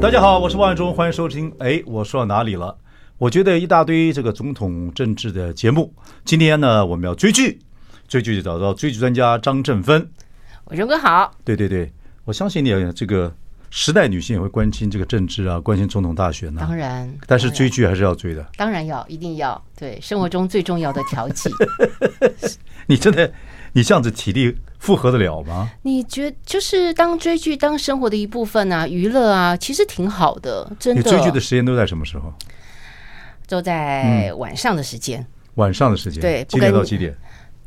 大家好，我是万忠，欢迎收听。哎，我说到哪里了？我觉得一大堆这个总统政治的节目，今天呢我们要追剧，追剧就找到追剧专家张振芬。我荣哥好，对对对，我相信你也这个时代女性也会关心这个政治啊，关心总统大选呢、当然，但是当然追剧还是要追的。当然要，一定要对生活中最重要的调 剂。你真的，你这样子体力负荷得了吗？你觉就是当追剧当生活的一部分啊，娱乐啊，其实挺好的，真你的。追剧的时间都在什么时候？都在晚上的时间，晚上的时间，对几不跟点到你几点？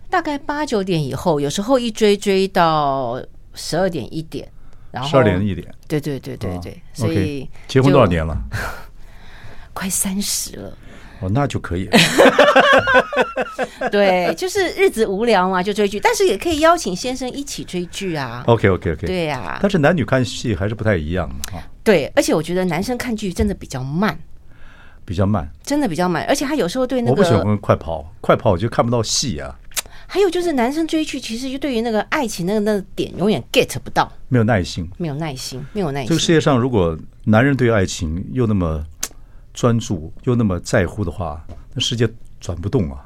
大概八九点以后，有时候一追追到十二点一点，然后十二点一点。对对对对对，哦所 OK 以结婚多少就年了？快三十了。哦，那就可 以了。对， 就是日子无聊嘛，就追剧，但是也可以邀请先生一起追剧啊。 OK 哦 OK OK。对啊呀、但是男女看戏还是不太一样的啊，对，而且我觉得男生看剧真的比较慢。比较慢。真的比较慢，而且他有时候对那我不喜个，欢快跑，快跑我就看不到戏啊，还有就是男生追剧，其实就对于那个爱情那个那个点永远 get 不到，没有耐心。没有耐心，没有耐这个世心。界上，如果男人对爱情又那么专注，又那么在乎的话，那世界转不动啊，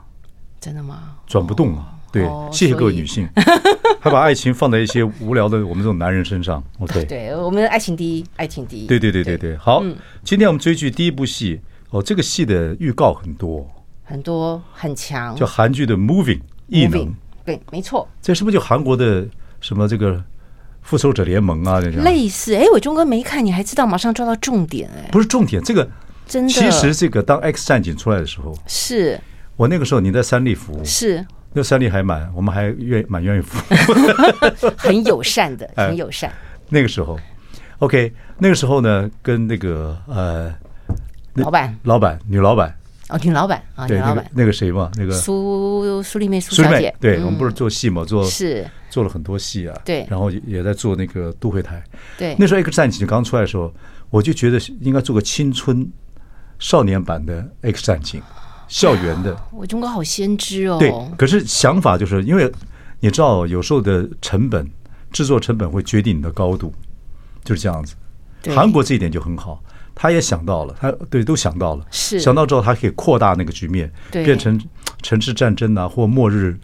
真的吗？转不动啊。对哦，谢谢所各位以女性， 还把爱情放在一些无聊的我们这种男人身 上。OK，对我们的爱情第一，爱情第一。对对对对，对，好，嗯今天我们追剧第一部戏哦，这个戏的预告很多，很多很强，叫韩剧的《Moving》异哦 Moving 能，对，没错，这是不是就韩国的什么这个复仇者联盟啊？这种类似。哎，伟忠哥没看，你还知道，马上抓到重点，哎，不是重点，这个真的其实这个当 X 战警出来的时候，是我那个时候你在三立服务，是那三立还蛮，我们还愿蛮愿意服 务很友善的， 哎很友善。那个时候，OK，那个时候呢，跟那个呃那老板老板女老板，哦，女老板啊，女对那老个板那个谁嘛，那个苏苏丽妹苏苏小妹姐，，对嗯我们不是做戏嘛，做是做了很多戏啊，对然后也也在做那个都会台。对那时候 X 战警刚出来的时候，我就觉得应该做个青春少年版的 X 战警，校园的。伟忠哥好先知哦，对，可是想法就是因为你知道，有时候的成本制作成本会决定你的高度，就是这样子。对韩国这一点就很好，他也想到了，他对都想到了，是想到之后，他可以扩大那个局面，对变成城市战争啊，或末日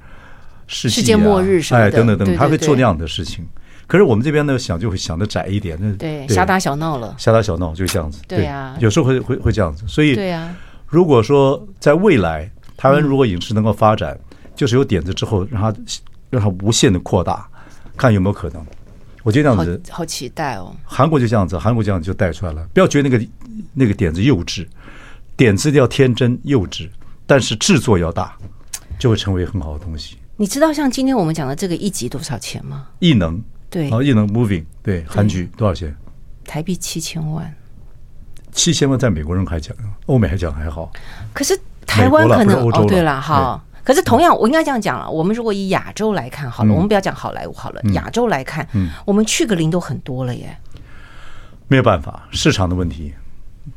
世纪、啊、世界末日什么的哎，等等等对等，对他会做对那样的事情。可是我们这边呢，想就会想的窄一点，那对，小打小闹了。小打小闹就是这样子。对啊有时候会会会这样子，所以对啊，如果说在未来台湾如果影视能够发展，就是有点子之后让它让它无限的扩大，看有没有可能。我觉得这样好子，好期待哦。韩国就这样子，韩国这样子就带出来了。不要觉得那个那个点子幼稚，点子要天真幼稚，但是制作要大，就会成为很好的东西。你知道像今天我们讲的这个一集多少钱吗？异能对，啊，异能 moving 对韩剧多少钱？台币七千万。七千万在美国人还讲，欧美还讲还好。可是台湾美国啦可能不是欧洲哦，啦对了，好。可是同样，我应该这样讲了。啊我们如果以亚洲来看嗯好了，我们不要讲好莱坞好了，亚洲来看，我们去个零都很多了耶。没有办法，市场的问题。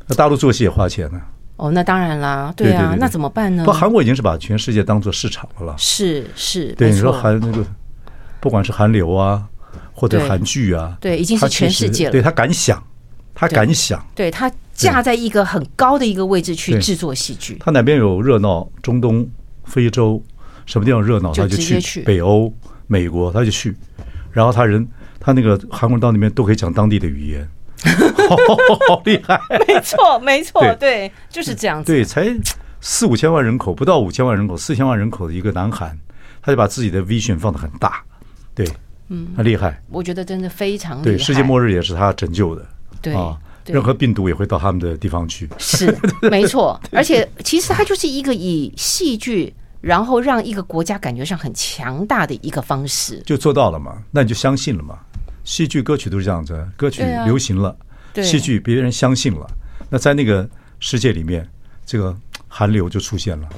那大陆做戏也花钱呢、哦，那当然啦，对对啊对，那怎么办呢不，？韩国已经是把全世界当做市场了啦。是是，对，没你说错，韩那个，不管是韩流啊，或者对韩剧啊，对已经是它其实全世界了对他敢想，他对敢想，对它架在一个很高的一个位置去对制作戏剧，他哪边有热闹，中东、非洲什么地方热闹，就他就直接去；去北欧、美国他就去。然后他人，他那个韩国人到那边都可以讲当地的语言，好厉害！没错没错对嗯对，就是这样子。对，才四五千万人口，不到五千万人口，四千万人口的一个南韩，他就把自己的 vision 放得很大，对，嗯，很厉害。我觉得真的非常厉害。对，世界末日也是他拯救的，对啊，对任何病毒也会到他们的地方去。是 没错，而且其实它就是一个以戏剧，然后让一个国家感觉上很强大的一个方式。就做到了嘛，那你就相信了嘛。戏剧、歌曲都是这样子，歌曲对啊流行了，对戏剧别人相信了，那在那个世界里面，这个韩流就出现了。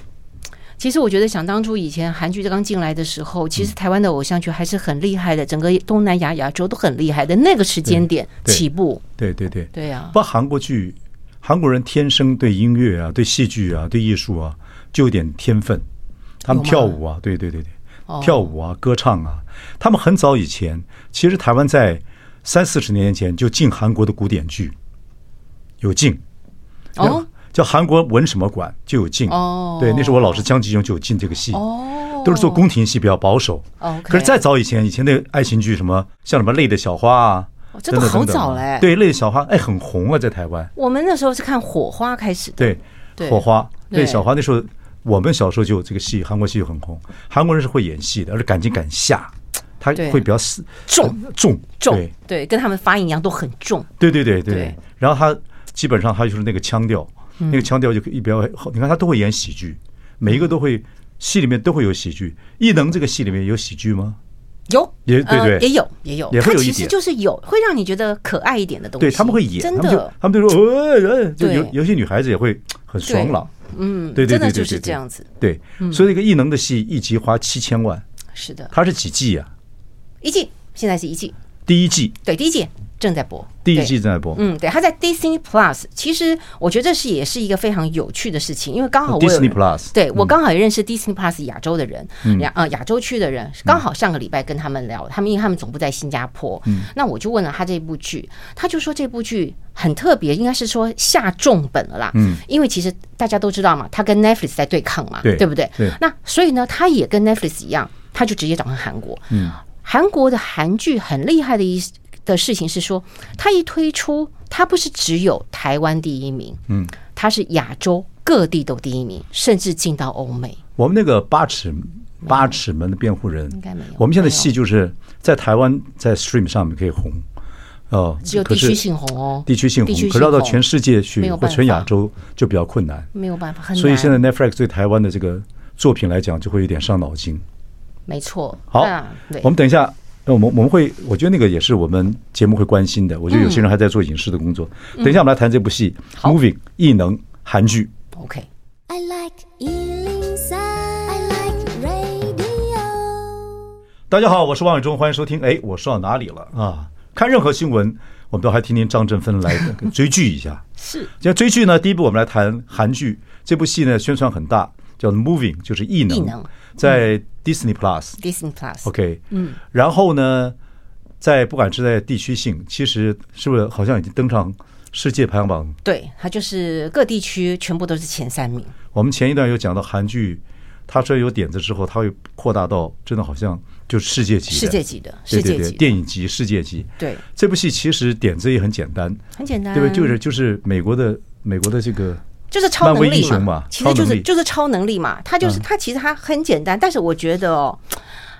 其实我觉得，想当初以前韩剧刚进来的时候，其实嗯台湾的偶像剧还是很厉害的，整个东南亚、亚洲都很厉害的。那个时间点对对起步，对对对，对啊呀、不，韩国剧，韩国人天生对音乐啊、对戏剧啊、对艺术啊，就有点天分。他们有吗跳舞啊，对对对对，哦跳舞啊，歌唱啊，他们很早以前，其实台湾在三四十年前就进韩国的古典剧，有进哦，叫韩国文什么馆就有进哦对，那时候我老师江吉勇就有进这个戏，哦，都是做宫廷戏比较保守。 OK 可是再早以前，以前那个爱情剧什么，像什么《泪的小花》啊，哦这都等等好等等啊早嘞对，《泪的小花》哎很红啊，在台湾。我们那时候是看火花开始的，对，对火花，对对小花那时候，我们小时候就有这个戏，韩国戏就很红。韩国人是会演戏的，而且感情敢下，他对会比较死重重重对对，跟他们发音一样都很重，对对对对嗯对。然后他基本上他就是那个腔调，那个腔调就一比较好。你看他都会演喜剧，每一个都会戏里面都会有喜剧。异能这个戏里面有喜剧吗？有也对呃对也有也有，也会有它一其实点就是有会让你觉得可爱一点的东西，对他们会演，真他们就的。他们就说，呃呃，就对有有些女孩子也会很爽朗，嗯，对对对真的对，就对是对这样嗯子，对，所以这个异能的戏一集花七千万，是的，它是几季啊？一季现在是一季，第一季，对，第一季正在播，第一对季正在播。嗯，对，他在 Disney Plus。其实我觉得这是也是一个非常有趣的事情，因为刚好我有哦 Disney Plus 对我刚好也认识 Disney Plus 亚洲的人，亚、呃亚洲区的人，刚好上个礼拜跟他们聊，他们因为他们总部在新加坡，那我就问了他这部剧，他就说这部剧很特别，应该是说下重本了啦，嗯，因为其实大家都知道嘛，他跟 Netflix 在对抗嘛，对不对？对那所以呢，他也跟 Netflix 一样，他就直接找上韩国，嗯，韩国的韩剧很厉害的一的事情是说，它一推出，它不是只有台湾第一名，嗯，它是亚洲各地都第一名，甚至进到欧美。我们那个八尺八尺门的辩护人，应该没有我们现在戏就是在台湾在 Stream 上面可以红，哦，只有可地是区性红哦，地区性地红区，性可是要到全世界没去有或办法全亚洲就比较困难。没有办法，很难。所以现在 Netflix 对台湾的这个作品来讲，就会有点伤脑筋。没错，好那，嗯对我，们等一下，那我们我们会，我觉得那个也是我们节目会关心的。我觉得有些人还在做影视的工作。嗯等一下，我们来谈这部戏《Moving》异能韩剧。 OK。 I like Ealing Sound. I like radio. 大家好，我是王伟忠，欢迎收听。哎，我说到哪里了啊？看任何新闻，我们都还听听张振芬来 追剧一下。是今天追剧呢，第一部我们来谈韩剧。这部戏呢，宣传很大，叫《Moving》，就是异能，异能在 Disney Plus。 Disney Plus， OK，嗯，然后呢，在不管是在地区性，其实是不是好像已经登上世界排行榜？对，它就是各地区全部都是前三名。我们前一段有讲到韩剧，他说有点子之后，他会扩大到真的好像就世界级的、世界级的对对世界对级的电影级、世界级。对，这部戏其实点子也很简单，很简单，对不对？就是就是美国的美国的这个就是超能漫威英力雄嘛其实超就能力是就是超能力嘛。它就是嗯它，其实它很简单，但是我觉得哦，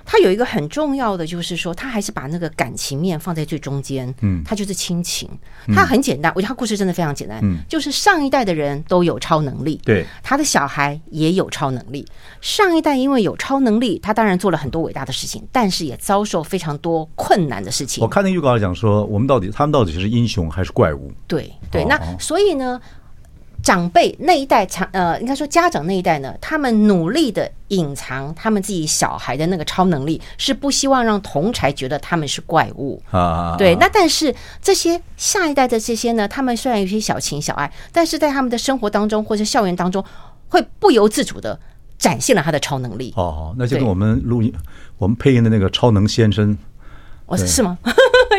它有一个很重要的，就是说它还是把那个感情面放在最中间。嗯它就是亲情，它很简单。我觉得它故事真的非常简单嗯，就是上一代的人都有超能力，对他的小孩也有超能力。上一代因为有超能力，他当然做了很多伟大的事情，但是也遭受非常多困难的事情我。看那预告讲说，我们到底他们到底是英雄还是怪物？对对，哦那所以呢，长辈那一代长呃，应该说家长那一代呢，他们努力的隐藏他们自己小孩的那个超能力，是不希望让同才觉得他们是怪物。啊，对，那但是这些下一代的这些呢，他们虽然有些小情小爱，但是在他们的生活当中或者校园当中，会不由自主的展现了他的超能力。哦，那就跟对我们录音、我们配音的那个超能先生我哦是是吗？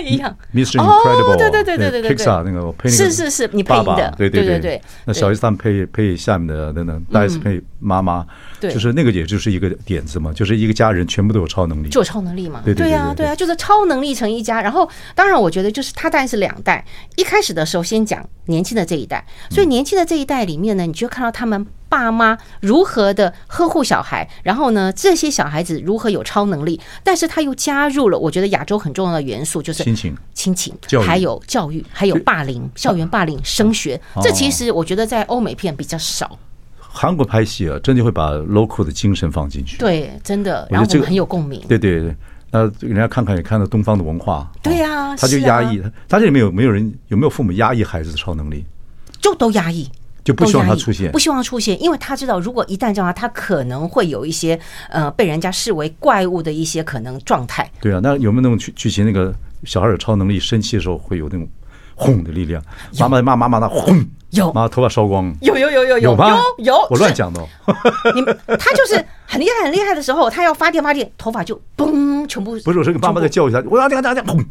一样。 Mr. 哦 Incredible，、对对对对对对对 Pixar 那个我配那个是是是你配爸音的爸，对对对对对嗯那小 S 他们配配下面的等等，大 S 配妈妈，对就是那个也就是一个点子嘛，就是一个家人全部都有超能力，就有超能力嘛？对对对啊对，对对啊，就是超能力成一家。然后，当然，我觉得就是他当然是两代。一开始的时候，先讲年轻的这一代，嗯所以年轻的这一代里面呢，你就看到他们爸妈如何的呵护小孩，然后呢，这些小孩子如何有超能力，但是他又加入了我觉得亚洲很重要的元素，就是亲情。亲情教育，还有教育，还有霸凌、校园霸凌、升学，哦这其实我觉得在欧美片比较少。韩国拍戏啊，真的会把 local 的精神放进去，对，真的，我觉然得后我这个们很有共鸣。对对对，那人家看看也看到东方的文化，啊对呀他就是啊压抑，他这里面有没有人有没有父母压抑孩子的超能力？就都压抑，就不都希望压它抑出现不希望出现，因为他知道，如果一旦这样，他可能会有一些呃被人家视为怪物的一些可能状态。对啊，那有没有那种剧剧情那个小孩有超能力，生气的时候会有那种轰的力量？妈妈骂妈妈的轰，有妈妈头发烧光，有有有有有吧？哎有有，我乱是讲的哦。你们他就是很厉害很厉害的时候，他要发电发电，头发就嘣，全部不是，我是给妈妈在全部教育他，我让这个这个嗯轰。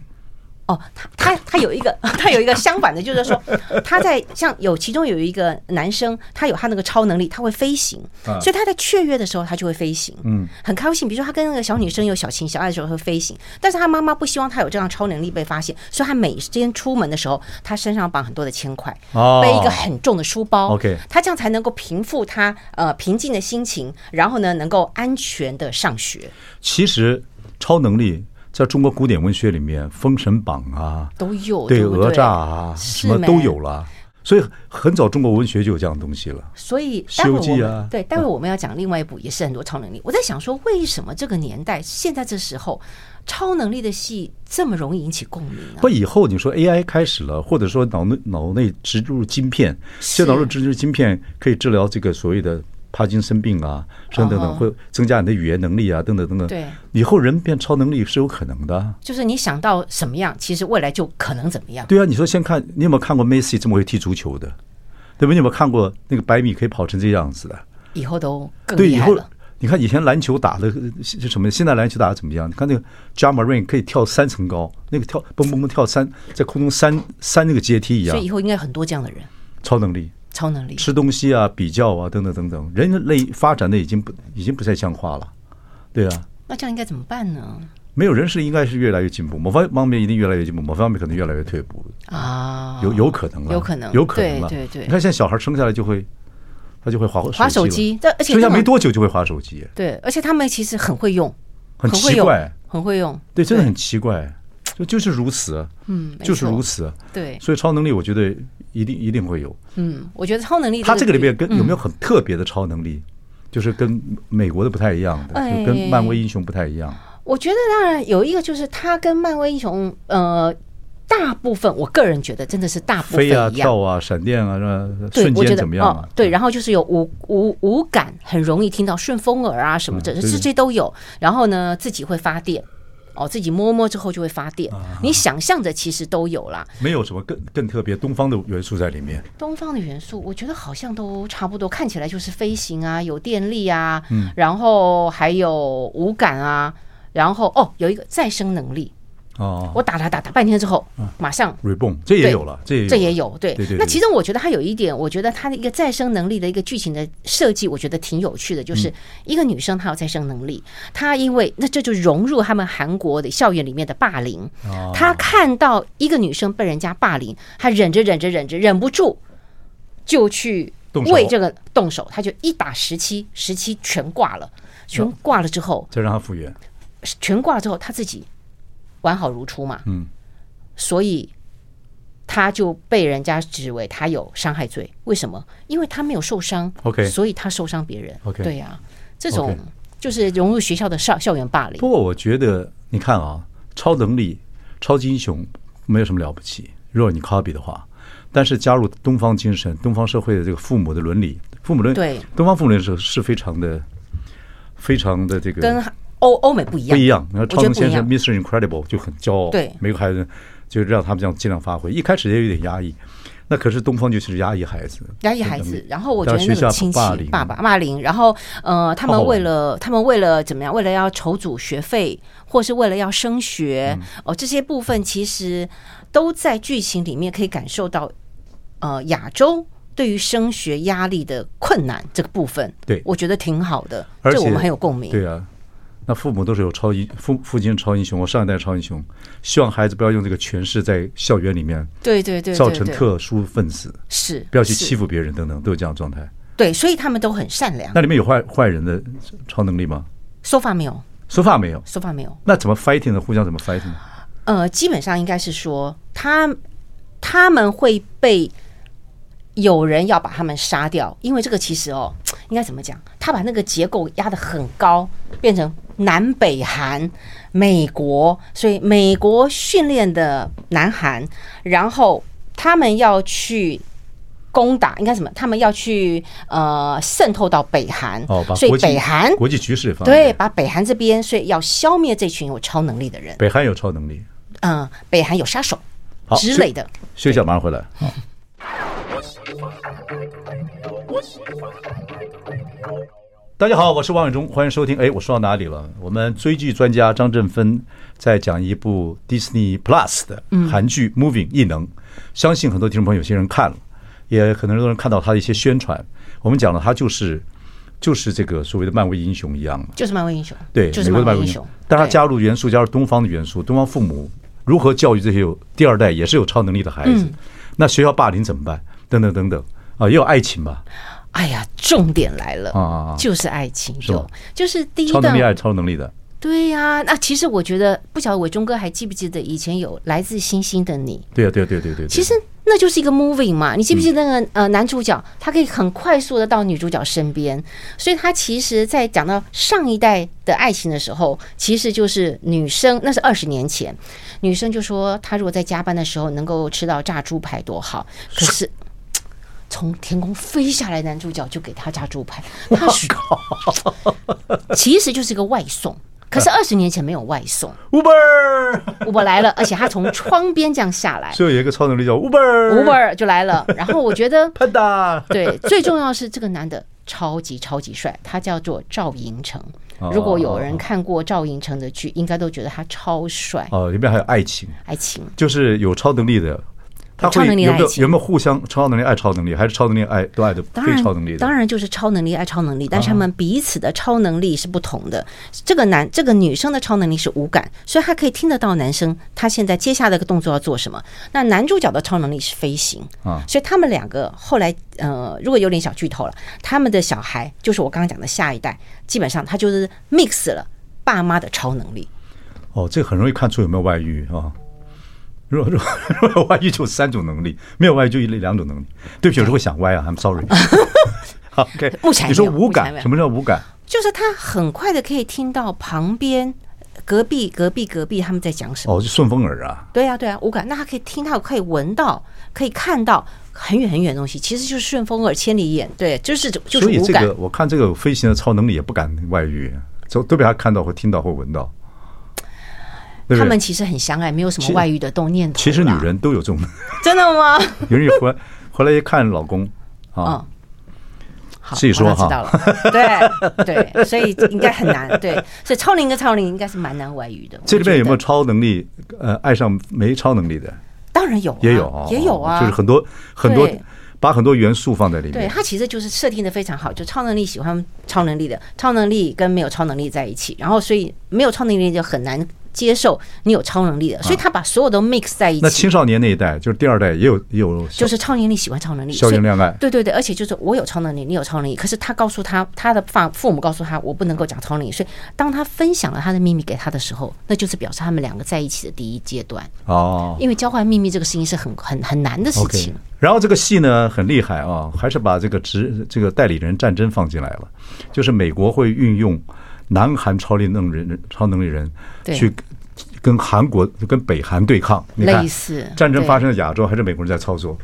哦，他他他有一个 他有一个相反的，就是说他在像有其中有一个男生，他有他那个超能力，他会飞行，啊所以他在雀跃的时候他就会飞行，嗯，很高兴。比如说他跟那个小女生有小情小爱的时候会飞行，但是他妈妈不希望他有这样超能力被发现，所以他每天出门的时候，他身上绑很多的铅块，哦背一个很重的书包 OK 他这样才能够平复他呃平静的心情，然后呢能够安全的上学其实超能力在中国古典文学里面，《封神榜》啊，都有，对对不对讹诈啊，是什么没都有了。所以很早中国文学就有这样的东西了。所以西待会游儿记我们、啊对，待会儿我们要讲另外一部也是很多超能力。我在想说，为什么这个年代现在这时候超能力的戏这么容易引起共鸣啊呢不，？以后你说 AI 开始了，或者说脑内脑内植入晶片，是现在脑内植入晶片可以治疗这个所谓的帕金森病啊，等等哦等，会增加你的语言能力啊，等等等等。对，以后人变超能力是有可能的。就是你想到什么样，其实未来就可能怎么样。对啊，你说先看，你有没有看过 Messi 这么会踢足球的？对吧？你有没有看过那个百米可以跑成这样子的？以后都更对，厉以害后了。你看以前篮球打的呃是是什么？现在篮球打的怎么样？你看那个 j a m a r i n 可以跳三层高，那个跳蹦蹦蹦跳三，在空中三三那个阶梯一样所以，以后应该很多这样的人，超能力。超能力。吃东西啊、比较啊等等等等，人类发展的已经不已经不再像话了，对啊，那这样应该怎么办呢？没有人是应该是越来越进步，某方方面一定越来越进步，某方面可能越来越退步，啊，有有可能了，有可能，有可能了。对对你对，看现在小孩生下来就会，他就会划滑手机机了，，但而且生下他们没多久就会划手机，对，而且他们其实很会用，很会奇用怪，，很会用。对，真的很奇怪，就就是如此，嗯，没就是错如此。对，所以超能力，我觉得一定一定会有。嗯，我觉得超能力他这个里面跟嗯有没有很特别的超能力？就是跟美国的不太一样的，哎就跟漫威英雄不太一样。我觉得当然有一个就是他跟漫威英雄，呃，大部分我个人觉得真的是大部分一飞啊、样。跳啊、闪电啊，是吧对瞬，我觉间得怎么样哦啊？？对，然后就是有无无无感，很容易听到顺风耳啊什么的，嗯对这对这都有。然后呢，自己会发电，哦，自己摸摸之后就会发电。啊你想象着其实都有啦。没有什么更更特别东方的元素在里面。东方的元素，我觉得好像都差不多，看起来就是飞行啊，有电力啊，嗯然后还有无感啊，然后哦，有一个再生能力，哦我打打打打半天之后，马上，reborn 这也有了，这也有这也了有对对对对那其中我觉得它有一点，我觉得它的一个再生能力的一个剧情的设计，我觉得挺有趣的，嗯就是一个女生她有再生能力，她因为那这就融入他们韩国的校园里面的霸凌，哦她看到一个女生被人家霸凌，她忍着忍着忍着忍不住，就去动手为这个动手，她就一打十七，十七全挂了，全挂了之后，再让它复原。全挂了之后，他自己完好如初嘛，嗯，所以他就被人家指为他有伤害罪。为什么？因为他没有受伤 OK 所以他受伤别人。 OK 对呀、啊这种 OK 就是融入学校的校校园霸凌不。过我觉得，你看啊，超能力、超级英雄没有什么了不起，如果你 copy 的话。但是加入东方精神、东方社会的这个父母的伦理，父母伦对东方父母伦理是是非常的、非常的这个跟欧欧美不一样，不一样。然后我超觉得能不一先生 Mr. 样。Incredible 就很骄傲，对每个孩子就让他们这样尽量发挥。一开始也有点压抑，那可是东方就是压抑孩子，压抑孩等等子，然后我觉得大那学个校亲戚霸凌爸爸霸凌，然后呃，他好们好玩为了他们为了怎么样，为了要筹组学费，或是为了要升学，嗯哦，这些部分其实都在剧情里面可以感受到，呃，亚洲对于升学压力的困难这个部分，对我觉得挺好的，而这我们且很有共鸣。对啊，那父母都是有超英父父亲超英雄，我上一代超英雄，希望孩子不要用这个权势在校园里面对对对，造对成对特殊分子，是不要去是欺负别人等等，都有这样的状态。对，所以他们都很善良。那里面有坏坏人的超能力吗？说法没有，说法没有，说法没有。那怎么 fighting 呢？互相怎么 fighting 呢？呃，基本上应该是说，他他们会被有人要把他们杀掉，因为这个其实哦，应该怎么讲？他把那个结构压得很高，变成南北韩、美国，所以美国训练的南韩，然后他们要去攻打，应该什么？他们要去呃渗透到北韩，哦，把所以国际北韩国际局势放对眼把北韩这边，所以要消灭这群有超能力的人。北韩有超能力。嗯，北韩有杀手好之类的。休息一下，马上回来。大家好，我是王伟忠，欢迎收听。哎，我说到哪里了？我们追剧专家张振芬在讲一部 Disney Plus 的韩剧《Moving 异能》，相信很多听众朋友有些人看了，也可能很多人看到他的一些宣传。我们讲了，他就是就是这个所谓的漫威英雄一样嘛。就是漫威英雄，对，就是美国的漫漫威威英英雄。但他对加入元素，加入东方的元素，东方父母如何教育这些有第二代也是有超能力的孩嗯子？那学校霸凌怎么办？等等等等啊，也有爱情吧？哎呀，重点来了，啊啊啊就是爱情，是吗有就是第一超能力段爱超能力的，对呀、那其实我觉得，不晓得伟忠哥还记不记得以前有《来自星星的你》？对啊，对啊，对啊对啊对啊。其实那就是一个 moving 嘛，你记不记得那个呃男主角，他可以很快速的到女主角身边，所以他其实，在讲到上一代的爱情的时候，其实就是女生，那是二十年前，女生就说她如果在加班的时候能够吃到炸猪排多好，可是。从天空飞下来，男主角就给他炸猪排，他是 其实就是一个外送，可是二十年前没有外送， Uber，我来了，而且他从窗边这样下来，所以有一个超能力叫 Uber，Uber，Uber 就来了。然后我觉得 Panda，对，最重要是这个男的超级超级帅，他叫做赵寅成哦。如果有人看过赵寅成的剧，应该都觉得他超帅。 哦，里面还有爱情，爱情就是有超能力的。他超会有能没力的有爱情有没有互相超能力爱超能力，还是超能力爱都爱的当非然超能力的？啊当然就是超能力爱超能力，但是他们彼此的超能力是不同的。这个男这个女生的超能力是无感，所以她可以听得到男生他现在接下来的动作要做什么。那男主角的超能力是飞行啊所以他们两个后来呃，如果有点小剧透了，他们的小孩就是我刚刚讲的下一代，基本上他就是 mix 了爸妈的超能力。哦，这个很容易看出有没有外遇啊。如果如 果如果有外遇就三种能力，没有外遇就一两种能力。对不起，有时候会想歪啊，I'm sorry。好，OK。目前你还没有说无目前还没感，有什么叫无感？就是他很快的可以听到旁边隔壁、隔壁、隔壁他们在讲什么。哦，就顺风耳啊。对呀、对呀、无感。那他可以听到，可以闻到，可以看到很远很远的东西，其实就是顺风耳千里眼。对，就是就是所以无这感。个我看这个飞行的超能力也不敢外遇，都都被他看到或听到或闻到。对不对他们啊其实很相爱，没有什么其外遇的动念头啦。其实女人都有这种， 真的吗？有人回回来一看老公啊嗯，好，自己说我倒哈知道了。对对，所以应该很难。对，所以超龄跟超龄应该是蛮难外遇的。这里面有没有我觉得？超能力？呃，爱上没超能力的当然有啊，也有啊，也有啊，就是很多很多对把很多元素放在里面。对，它其实就是设定的非常好，就超能力喜欢超能力的，超能力跟没有超能力在一起，然后所以没有超能力就很难接受你有超能力的，所以他把所有都 mix 在啊一那起青，少年那一代，就是第二代也有也有小，就是超能力喜欢超能力，校园恋爱所以对对对，而且就是我有超能力，你有超能力，可是他告诉他他的父父母告诉他我不能够讲超能力，所以当他分享了他的秘密给他的时候，那就是表示他们两个在一起的第一阶段，哦因为交换秘密这个事情是很很很难的事，OK 情。。然后这个戏呢很厉害啊，还是把这个职这个代理人战争放进来了，就是美国会运用南韩超力能人超能力人对去跟韩国跟北韩对抗，你看类似战争对发生在亚洲，还是美国人在操作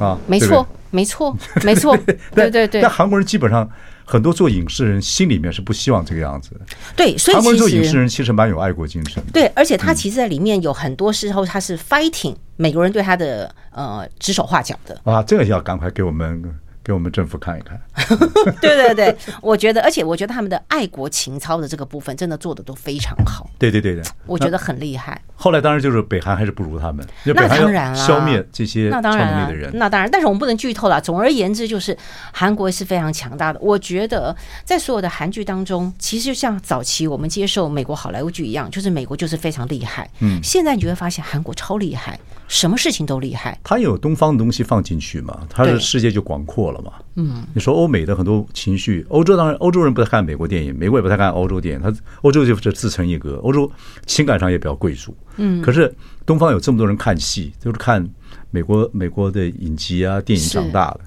啊？没对不对错，没错，没 错，对对对但韩国人基本上很多做影视人心里面是不希望这个样子的。对，所以韩国人做其影实视人其实蛮有爱国精神的。对，而且嗯他其实在里面有很多时候他是 fighting 美国人对他的呃指手画脚 的。啊，这个要赶快给我们给我们政府看一看。对对对，我觉得，而且我觉得他们的爱国情操的这个部分真的做的都非常好，对对对的，我觉得很厉害。后来当然就是北韩还是不如他们，因为那北韩当然要啦消灭这些那超当然能啊力的人。那当然，但是我们不能剧透了。总而言之，就是韩国是非常强大的。我觉得在所有的韩剧当中，其实就像早期我们接受美国好莱坞剧一样，就是美国就是非常厉害。嗯，现在你就会发现韩国超厉害，什么事情都厉害。他有东方的东西放进去嘛，他的对世界就广阔了嘛。嗯，你说欧美的很多情绪，欧洲当然欧洲人不太看美国电影，美国也不太看欧洲电影，他欧洲就是自成一格，欧洲情感上也比较贵族。嗯，可是东方有这么多人看戏，就是看美国美国的影集啊电影是长大的，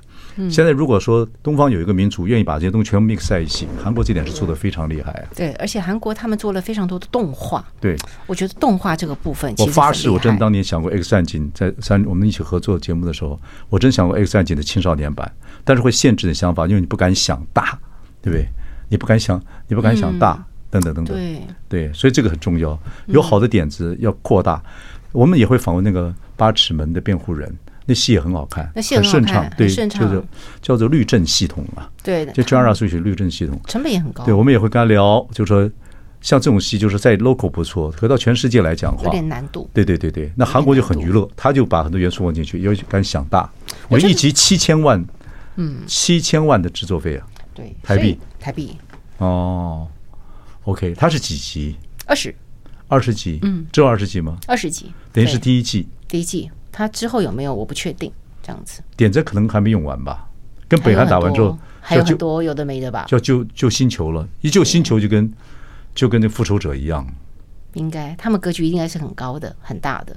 现在如果说东方有一个民族愿意把这些东西全部 mix 在一起，韩国这点是做的非常厉害啊。对，而且韩国他们做了非常多的动画，对，我觉得动画这个部分，我发誓，我真的当年想过《X 战警》在三我们一起合作节目的时候，我真想过《X 战警》的青少年版，但是会限制你的想法，因为你不敢想大，对不对？你不敢想，你不敢想大，等等等等。嗯对嗯对，所以这个很重要，有好的点子要扩大。我们也会访问那个八尺门的辩护人，那戏也很好看，那戏很好顺看畅，很对，顺畅就是叫做律政系统啊，对哦就 Jara 数学律政系统。成本也很高，对，我们也会跟他聊，就说像这种戏，就是在 local 不错，可到全世界来讲的有话，点难度。对对对对，那韩国就很娱乐，他就把很多元素放进去，尤其敢想大。我我觉得一集七千万，嗯，七千万的制作费啊。对，台币所以台币哦，OK，它是几集？二十二十集？嗯，只有二十集吗？二十集，等于是对第一季，第一季，它之后有没有我不确定，这样子。点子可能还没用完吧？跟北韩打完之后，还就有要很救多有的没的吧，就要救救星球了，一救星球就跟就跟那复仇者一样。应该他们格局应该是很高的、很大的，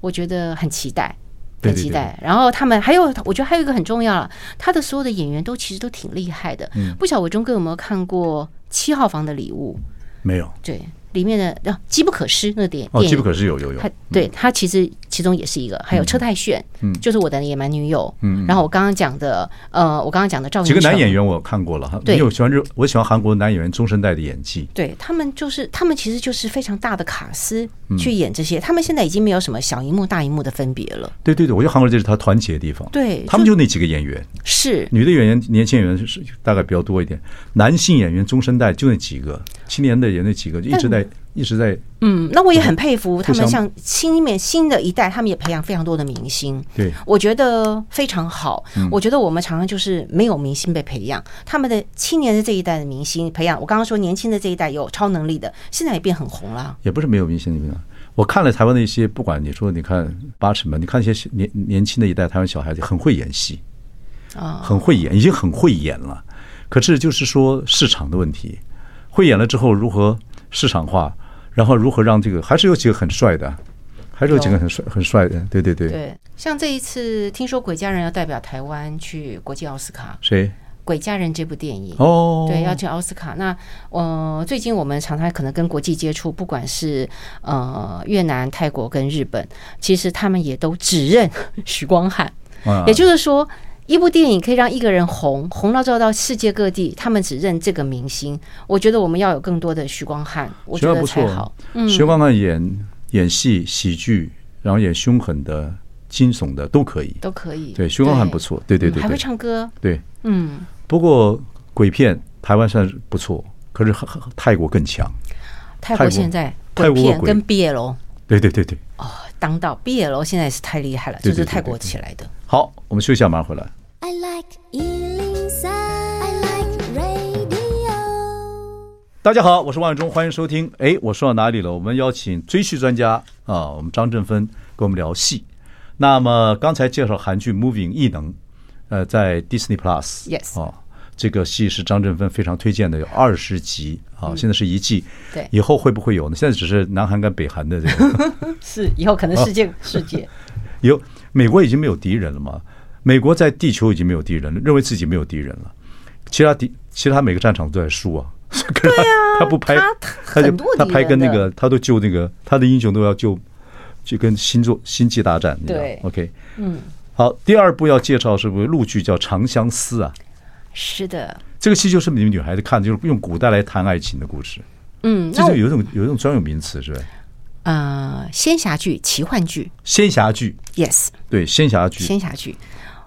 我觉得很期待。对很对对期待，然后他们还有，我觉得还有一个很重要了，他的所有的演员都其实都挺厉害的。嗯不晓得伟忠哥有没有看过《七号房的礼物没有》？对，里面的啊机不可失那个电哦，电机不影，可失有有有他，对他其实其中也是一个，还有车太铉，嗯就是我的野蛮女友，然后我刚刚讲的，呃，我刚刚讲的赵几个云男成演员我看过了，对因为我喜欢日，我喜欢韩国男演员中生代的演技。对他们就是他们其实就是非常大的卡司嗯去演这些，他们现在已经没有什么小荧幕大荧幕的分别了。对对对，我觉得韩国人这是他团结的地方。对他们就那几个演员，是女的演员、年轻演员是大概比较多一点，男性演员中生代就那几个，青年的也那几个，就一直在一直在嗯，那我也很佩服他们，互相像新一面新的一代，他们也培养非常多的明星。对嗯我觉得非常好。我觉得我们常常就是没有明星被培养，他们的青年的这一代的明星培养，我刚刚说年轻的这一代有超能力的，现在也变很红了。也不是没有明星的地方。我看了台湾的一些，不管你说你看八尺门，你看一些年年轻的一代台湾小孩子很会演戏，啊很会演，已经很会演了。可是就是说市场的问题，会演了之后如何市场化，然后如何让这个还是有几个很帅的，还是有几个很帅很帅的，对对对，对，像这一次听说《鬼家人》要代表台湾去国际奥斯卡，谁？ 《鬼家人》这部电影哦，对，要去奥斯卡。那呃，最近我们常常可能跟国际接触，不管是呃越南、泰国跟日本，其实他们也都指认 许光汉。啊也就是说，一部电影可以让一个人红，红到照到世界各地，他们只认这个明星。我觉得我们要有更多的许光汉，我学觉校得不才错，啊好。学光汉演演戏、喜剧，然后演凶狠的、惊悚的都可以。都可以。对，学光汉不错，对对对，嗯对还会对唱歌。对。嗯，不过鬼片台湾算是不错，可是泰国更强。泰泰国国现在泰鬼国片鬼跟 BL 对对对对，哦当道，BL 现在是太厉害了，对就是对对泰对国对起来的。好，我们休息一下，马上回来。 I like Ealing Sound. I like radio. 大家好，我是万永忠，欢迎收听。哎，我说到哪里了？我们邀请追剧专家啊，我们张振芬跟我们聊戏。那么刚才介绍韩剧《Moving 异能》，呃，在 Disney Plus。 Yes 啊，这个戏是张振芬非常推荐的，有二十集啊，现在是一季。嗯对以后会不会有呢？现在只是南韩跟北韩的这个，是以后可能世啊界、世界有美国已经没有敌人了嘛？美国在地球已经没有敌人了，认为自己没有敌人了，其他敌其他每个战场都在输啊。 对啊，他不拍他，他就很多他敌拍人跟那的个，他都救那个，他的英雄都要救，就跟星座星际大战一样对。 OK，嗯，好，第二部要介绍是不是陆剧叫《长相思》啊？是的，这个戏就是你们女孩子看，就是用古代来谈爱情的故事，嗯，这那就我有一种有一种专有名词是吧？呃，仙侠剧、奇幻剧仙侠剧， ，yes，对仙侠剧，仙侠剧，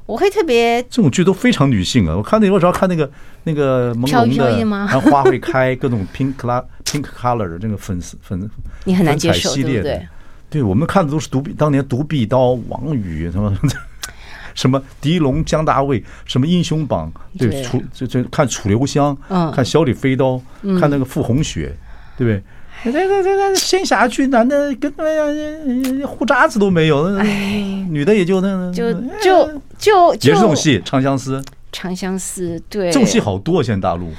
我会特别这种剧都非常女性啊！我看那我只要看那个那个朦飘胧逸飘逸的，吗然后花会开，各种 pink color pink color 的那个粉丝粉，你很难接粉受彩系列的对不对？对我们看的都是独臂，当年独臂刀、王宇什么 什么狄龙、江大卫，什么英雄榜，对对楚这这看楚留香，嗯看小李飞刀，看那个傅红雪，对不对？这这这这仙侠剧，男的跟哎呀护渣子都没有，那女的也就那那就哎就就就也是这种戏，《长相思》长相思，对，这种戏好多，现在大陆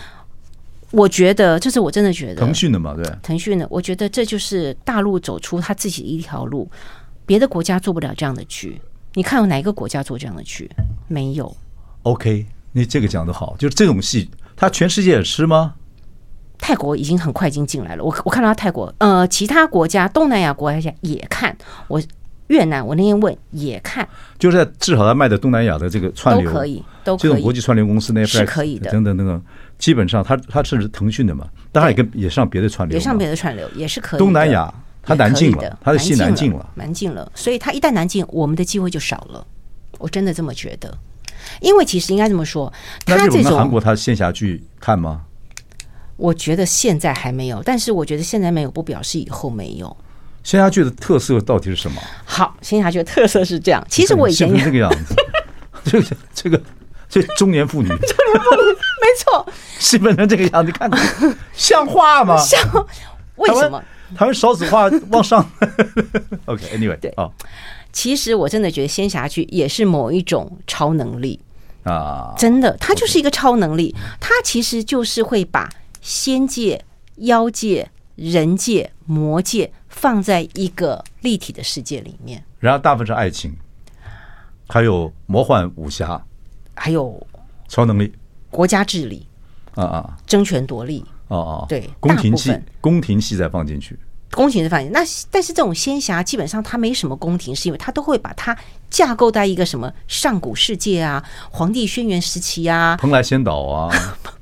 我觉得这是我真的觉得腾讯的嘛，对，腾讯呢，我觉得这就是大陆走出他自己一条路，别的国家做不了这样的剧。你看有哪一个国家做这样的剧？没有， OK，那这个讲的好，就是这种戏，它全世界也吃吗？泰国已经很快已经进来了，我我看到泰国，呃，其他国家东南亚国家也看我。越南，我那天问也看就是在至少它卖的东南亚的这个串都流可以，都这可种国以。际串流公司 Netflix 是可以的等等等等，基本上它它是腾讯的嘛，当然也跟也上别的串流也嘛，上别的串流也是可以的。东南亚它也可南进以了的，它的戏南南进了了，，南进了，所以它一旦南进，我们的机会就少了。我真的这么觉得，因为其实应该这么说，那它日这本跟韩种国它线下剧看吗？我觉得现在还没有，但是我觉得现在没有不表示以后没有。线下剧的特色到底是什么？好，仙侠剧的特色是这样。其实我以前是不也是这个样子， 这个这个这中年妇女 没错，是变成这个样子，你看像话吗？ 像为台湾什么？？台湾少子化往 上。OK，Anyway，、对哦其实我真的觉得仙侠剧也是某一种超能力，啊，真的，它就是一个超能力。它其实就是会把仙界、妖界、人界、魔界放在一个立体的世界里面，然后大部分是爱情，还有魔幻武侠、还有超能力国家治理、啊啊争权夺利、啊啊！对宫大廷部戏分，宫廷戏再放进去，宫廷的范围。那但是这种仙侠基本上它没什么宫廷，是因为它都会把它架构在一个什么上古世界啊、皇帝轩辕时期啊，蓬莱仙岛 啊，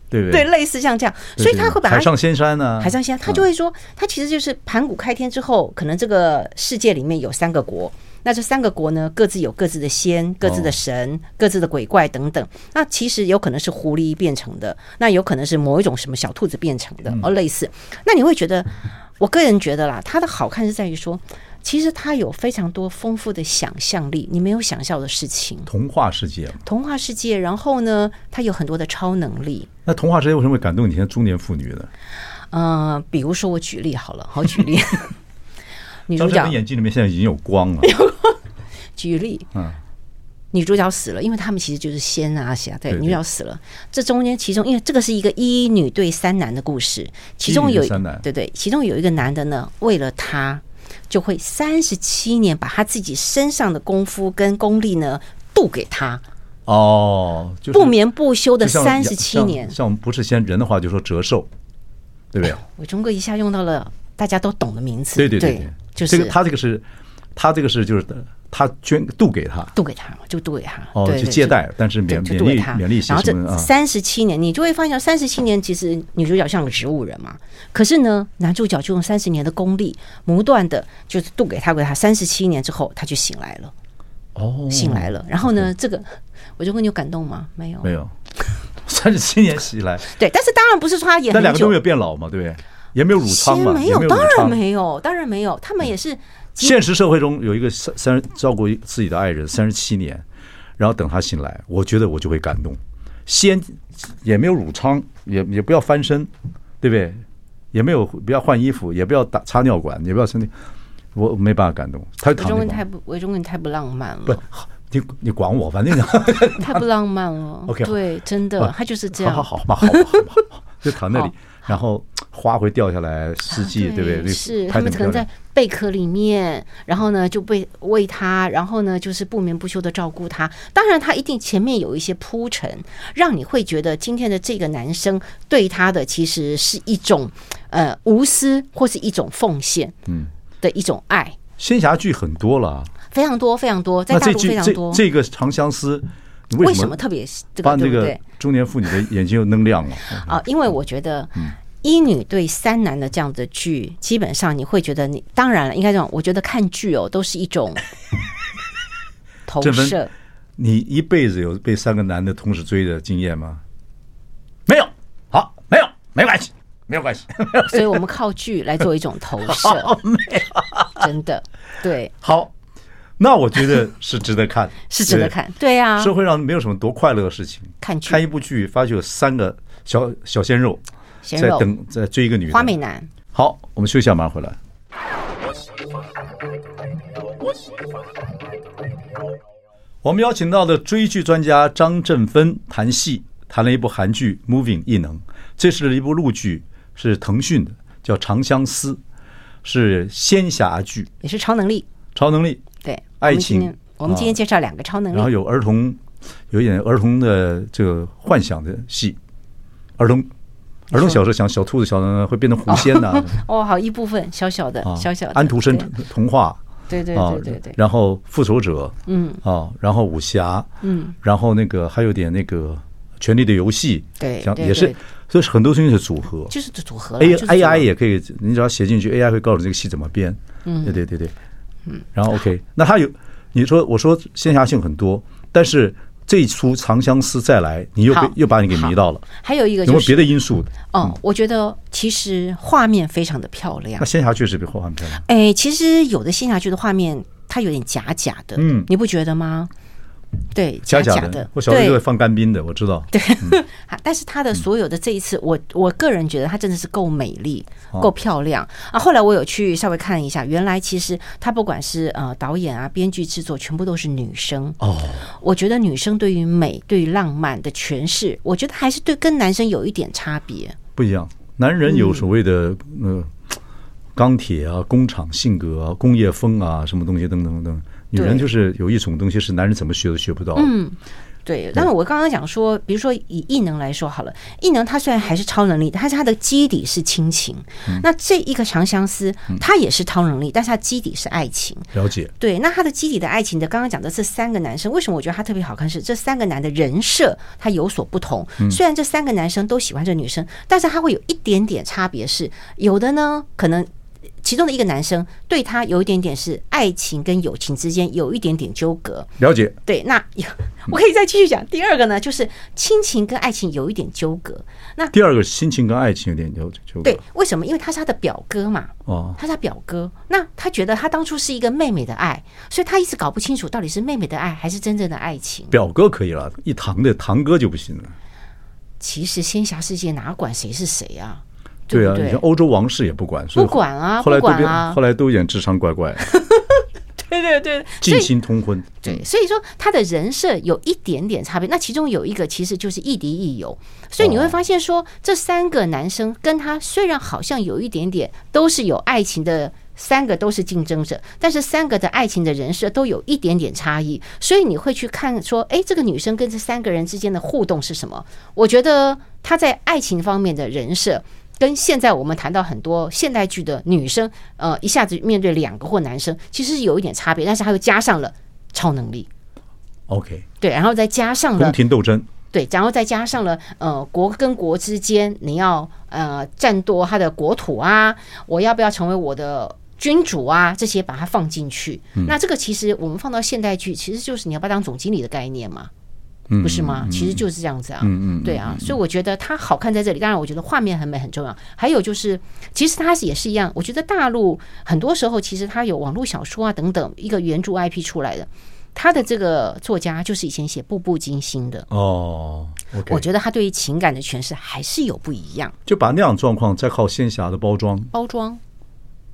对不对，对？类似像这样，对所以他会把它海上仙山啊呢、海上仙，他就会说，他其实就是盘古开天之后，可能这个世界里面有三个国，那这三个国呢，各自有各自的仙、各自的神、各自的鬼怪等等。那其实有可能是狐狸变成的，那有可能是某一种什么小兔子变成的，哦而类似。那你会觉得，我个人觉得啦，它的好看是在于说，其实它有非常多丰富的想象力，你没有想象的事情。童话世界嘛。童话世界，然后呢，它有很多的超能力，那童话世界为什么会感动你现在中年妇女呢？嗯，比如说我举例好了，好 举例，女主张角晨的眼睛里面现在已经有光 了，举例，嗯，女主角死了，因为他们其实就是仙啊侠，对，对对女主角死了，这中间其中因为这个是一个一女对三男的故事，其中一女有对三男对对，其中有一个男的呢，为了她就会三十七年把他自己身上的功夫跟功力呢渡给她，哦，就是不眠不休的就像三十七像年。哎像我们不是仙人的话，就说折寿，对不对？我中哥一下用到了大家都懂的名词，对对对对，就是这个他这个是，他这个是就是他捐渡给他，渡给他，就渡给他，哦，对就对借就贷，但是就免就免对利他，免利息然后什么的这啊，三十七年，你就会发现，三十七年其实女主角像个植物人嘛，可是呢，男主角就用三十年的功力，不断的就是渡给他，给他三十七年之后，他就醒来了，哦，醒来了。然后呢，这个我就问你有感动吗？没有，嗯没有？三十七年袭来，对，但是当然不是说他演那两个很都久没，有变老嘛，对不对？也没有乳先疮嘛，没也有，没有乳嗯当然疮。没有，当然没有，他们也是即现实社会中有一个三三照顾自己的爱人三十七年，然后等他醒来，我觉得我就会感动。先也没有乳疮，也也不要翻身，对不对？也没有不要换衣服，也不要打插尿管，也不要身体，我没办法感动。他就躺我中那文方太不，我中文太不浪漫不了，，你你管我，反正啊太不浪漫了 OK，好对，真不的，他就是这样，好好好嘛，好嘛好嘛好嘛，就躺那里好，啊然后花会掉下来，四季对不对？是拍他得们很可漂亮能在贝壳里面，然后呢就被喂它，然后呢就是不眠不休的照顾它。当然，他一定前面有一些铺陈，让你会觉得今天的这个男生对他的其实是一种呃无私或是一种奉献，嗯的一种爱，仙侠剧很多了啊，非常多非常多，在那大这陆句非常这多。这个长相思，你为什什么么特别这把个这对不个对中年妇女的眼睛又弄 亮了？啊？因为我觉得。嗯一女对三男的这样的剧，基本上你会觉得你当然了，应该这样，我觉得看剧哦，都是一 种投这分射。 你一辈子有被三个男的同时追的经验吗？没有，好，没有，没关系，没有关系，所以我们靠剧来做一种投射，啊真的，对， 好。那我觉得是值得看， 是值得对看，对啊，社会上没有什么多快乐的事情，看剧看一部剧，发觉有三个小小鲜肉鲜在肉等在追一个女的。花美男，好，我们休息一下，马上回来。我们邀请到的追剧专家张振芬谈戏，谈了一部韩剧《Moving 异能》，这是一部陆剧，是腾讯的，叫《长相思》，是仙侠剧，也是超能力，超能力，对，爱我们今情啊天我们今天介绍两个超能然后力，有儿童有一点儿童的这个幻想的戏，儿童儿童小时候想小兔子小会变成狐仙呐、哦，好一部分小小的啊， 小小的安徒生对童话，对对啊对对对，然后复仇者，嗯啊，然后武侠，嗯，然后那个还有点那个权力的游戏，对像对也是对，所以很多东西是组合。就是组合了 A 就是组合 A I 也可以，你只要写进去，A I 会告诉你这个戏怎么编。嗯，对对对对，嗯，然后 OK，那它有你说我说仙侠性很多，但是这一出《长相思》再来，你又被好又把你给迷到了，还有一个有没有就别是的因素？哦，我觉得其实画面非常的漂亮那，仙侠确实比花很漂亮，哎，其实有的仙侠剧的画面它有点假假的，嗯你不觉得吗？对，假假的的，，我小时候就会对放干冰的，我知道。对， 啊但是她的所有的这一次，我我个人觉得她真的是够美丽、够漂亮啊。后来我有去稍微看一下，原来其实她不管是呃导演啊、编剧、制作，全部都是女生。哦，我觉得女生对于美、对于浪漫的诠释，我觉得还是对跟男生有一点差别。不一样。男人嗯有所谓的呃钢铁啊、工厂性格啊、工业风啊，什么东西等等等等。女人对嗯就是有一种东西是男人怎么学都学不到的。对，但是我刚刚讲说，比如说以异能来说好了，异能它虽然还是超能力，但是它的基底是亲情。那这一个长相思，它也是超能力，但是它基底是爱情。了解。对，那他的基底的爱情的，刚刚讲的这三个男生，为什么我觉得他特别好看是？这三个男的人设他有所不同。虽然这三个男生都喜欢这女生，但是他会有一点点差别是，有的呢可能。其中的一个男生对他有一点点是爱情跟友情之间有一点点纠葛，了解，对，那我可以再继续讲。第二个呢，就是亲情跟爱情有一点纠葛。那第二个心情跟爱情有点有就对，为什么？因为他是他的表哥嘛，哦，他是他表哥，那他觉得他当初是一个妹妹的爱，所以他一直搞不清楚到底是妹妹的爱还是真正的爱情。表哥可以了，一堂的堂哥就不行了。其实仙侠世界哪管谁是谁啊？对不啊，你对像？欧洲王室也不管，所以不管啊后来都不管变，啊后来都有点智商怪 怪，对对对，所近以亲通婚。对，所以说他的人设有一点点差别。那其中有一个其实就是亦敌亦友，所以你会发现说，这三个男生跟他虽然好像有一点点都是有爱情的。三个都是竞争者，但是三个的爱情的人设都有一点点差异，所以你会去看说，哎，这个女生跟这三个人之间的互动是什么？我觉得她在爱情方面的人设，跟现在我们谈到很多现代剧的女生，呃，一下子面对两个或男生，其实是有一点差别，但是她又加上了超能力， OK，对，然后再加上宫了廷斗争，对，然后再加上了呃国跟国之间你要呃占夺他的国土啊，我要不要成为我的君主啊？这些把它放进去，那这个其实我们放到现代剧，其实就是你要不要当总经理的概念嘛。不是吗？其实就是这样子啊，对啊，所以我觉得它好看在这里。当然，我觉得画面很美很重要。还有就是，其实它也是一样。我觉得大陆很多时候其实它有网络小说啊等等一个原著 IP 出来的，它的这个作家就是以前写《步步惊心》的，哦，OK，我觉得他对于情感的诠释还是有不一样。就把那样状况再靠仙侠的包装。包装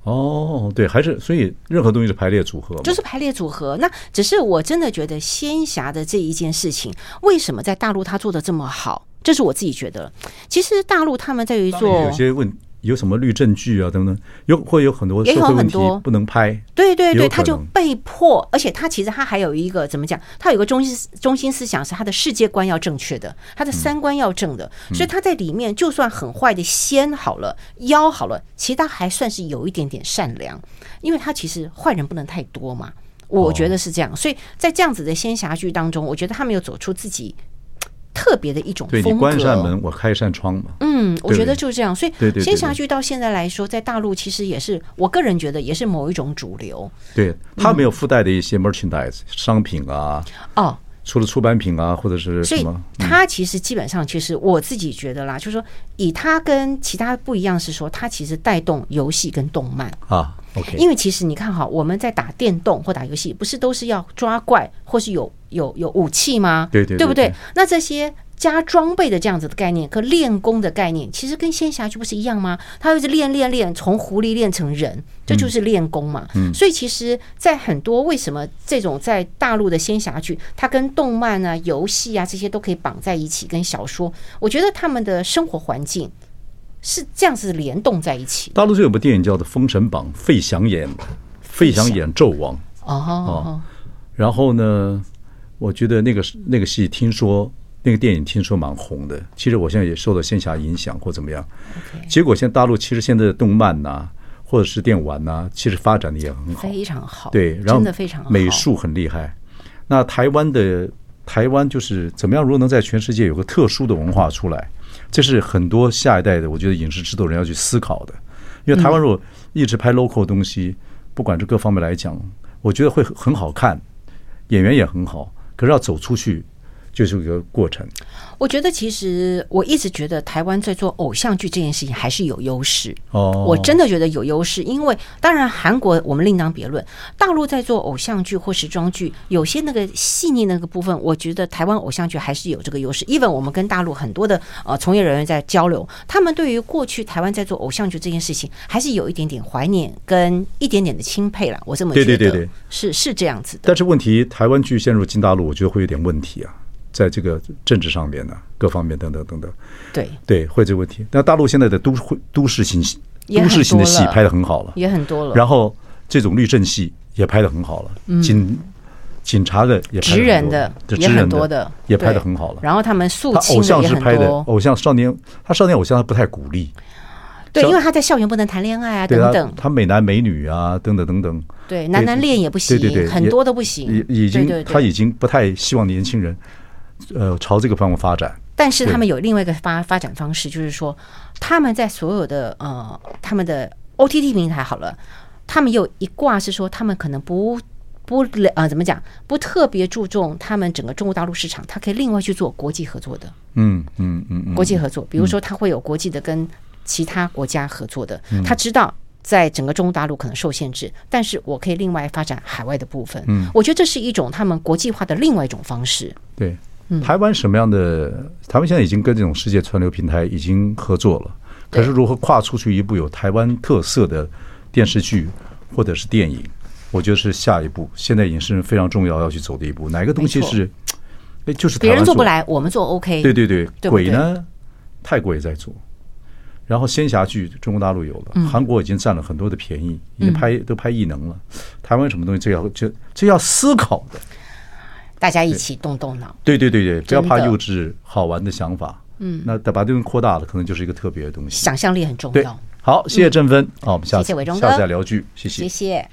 哦，对，还是所以任何东西是排列组合嘛，就是排列组合，那只是我真的觉得仙侠的这一件事情，为什么在大陆他做的这么好？这是我自己觉得。其实大陆他们在于当然做有，些问有什么律政剧啊等等，有会有很多也社有会问很题多不能拍。对对也有对，可他就能被迫，而且他其实他还有一个怎么讲？他有一个中心中心思想是他的世界观要正确的，他的三观要正的，嗯所以他在里面就算很坏的仙好了，妖好了，其实他还算是有一点点善良，因为他其实坏人不能太多嘛。我觉得是哦这样，所以在这样子的仙侠剧当中，我觉得他们有走出自己嘖特别的一种对风格。你关一扇门，我开一扇窗嘛。嗯，我对觉得对就是这样。所以对对对仙侠对剧到现在来说，在大陆其实也是，我个人觉得也是某一种主流对，它没有附带的一些 merchandise 商品啊，哦。除了出版品啊，或者是所什以么，嗯他其实基本上，其实我自己觉得啦，就是说，以他跟其他不一样是说，他其实带动游戏跟动漫。啊，OK，因为其实你看哈，我们在打电动或打游戏，不是都是要抓怪或是有有有武器吗？对对对不对对？那这些加装备的这样子的概念和练功的概念，其实跟仙侠剧不是一样吗？他就是练练练，从狐狸练成人，这嗯就是练功嘛。所以其实，在很多为什么这种在大陆的仙侠剧，它跟动漫啊、游戏啊这些都可以绑在一起，跟小说，我觉得他们的生活环境是这样子联动在一起的。大陆就有部电影叫做《封神榜》，费翔演，费翔演纣王。哦然后呢，我觉得那个那个戏，听说那个电影听说蛮红的。其实我现在也受到线下影响或怎么样。结果现在大陆其实现在的动漫呐、或者是电玩呐、其实发展的也很好。非常好，对，然后真的非常好，美术很厉害。那台湾的台湾就是怎么样，如果能在全世界有个特殊的文化出来，这是很多下一代的，我觉得影视制作人要去思考的。因嗯为台湾如果一直拍 local 的东西，不管是各方面来讲，我觉得会很很好看，演员也很好，可是要走出去就是一个过程。我觉得其实我一直觉得台湾在做偶像剧这件事情还是有优势。哦我真的觉得有优势，因为当然韩国我们另当别论，大陆在做偶像剧或时装剧，有些那个细腻那个部分，我觉得台湾偶像剧还是有这个优势。even 我们跟大陆很多的呃从业人员在交流，他们对于过去台湾在做偶像剧这件事情，还是有一点点怀念跟一点点的钦佩了。我这么觉对得，对对对是是这样子的。但是问题，台湾剧陷入金大陆，我觉得会有点问题啊，在这个政治上面呢、各方面等等等等。对，对，会有这个问题。那大陆现在的都会都市型戏也都很市型的戏多了拍的很好了，也很多了。然后这种律政戏也拍的很好了，警警察的也拍得很多嗯职人的对也职很人多的，也拍的对很好了。然后他们肃他清偶像的也是很拍的多，偶像少年，他少年偶像他不太鼓励，对，像因为他在校园不能谈恋爱啊，对等他等，他美男美女啊等等等等，对，男男恋也不行对对，对很多都不行已，已经对对他对。已经不太希望年轻人呃朝这个方向发展。但是对他们有另外一个发发展方式，就是说他们在所有的呃他们的 OTT 平台好了，他们有一挂是说他们可能不。不呃，怎么讲？不特别注重他们整个中国大陆市场，他可以另外去做国际合作的。嗯嗯嗯嗯，嗯国际合作，比如说他会有国际的跟其他国家合作的，他知道。在整个中国大陆可能受限制，但是我可以另外发展海外的部分。嗯，我觉得这是一种他们国际化的另外一种方式。对，嗯台湾什么样的？台湾现在已经跟这种世界串流平台已经合作了，可是如何跨出去一步有台湾特色的电视剧或者是电影，我觉得是下一步，现在影视人非常重要要去走的一步。哪个东西没错是？哎，就是台别湾人做不。来，我们做 OK。对对对，对不鬼对呢，泰国也在做。然后仙侠剧中国大陆有嗯了，韩国已经占了很多的便宜，已经拍都拍异能了。台湾有什么东西这要这这要思考的，大家一起动动脑。对对对对，不要怕真的幼稚好玩的想法。嗯，那把这个扩大了，可能就是一个特别的东西。想象力很重对要。，好，谢谢郑芬，好，我们下谢次谢伟忠下次哥再聊剧，谢谢谢。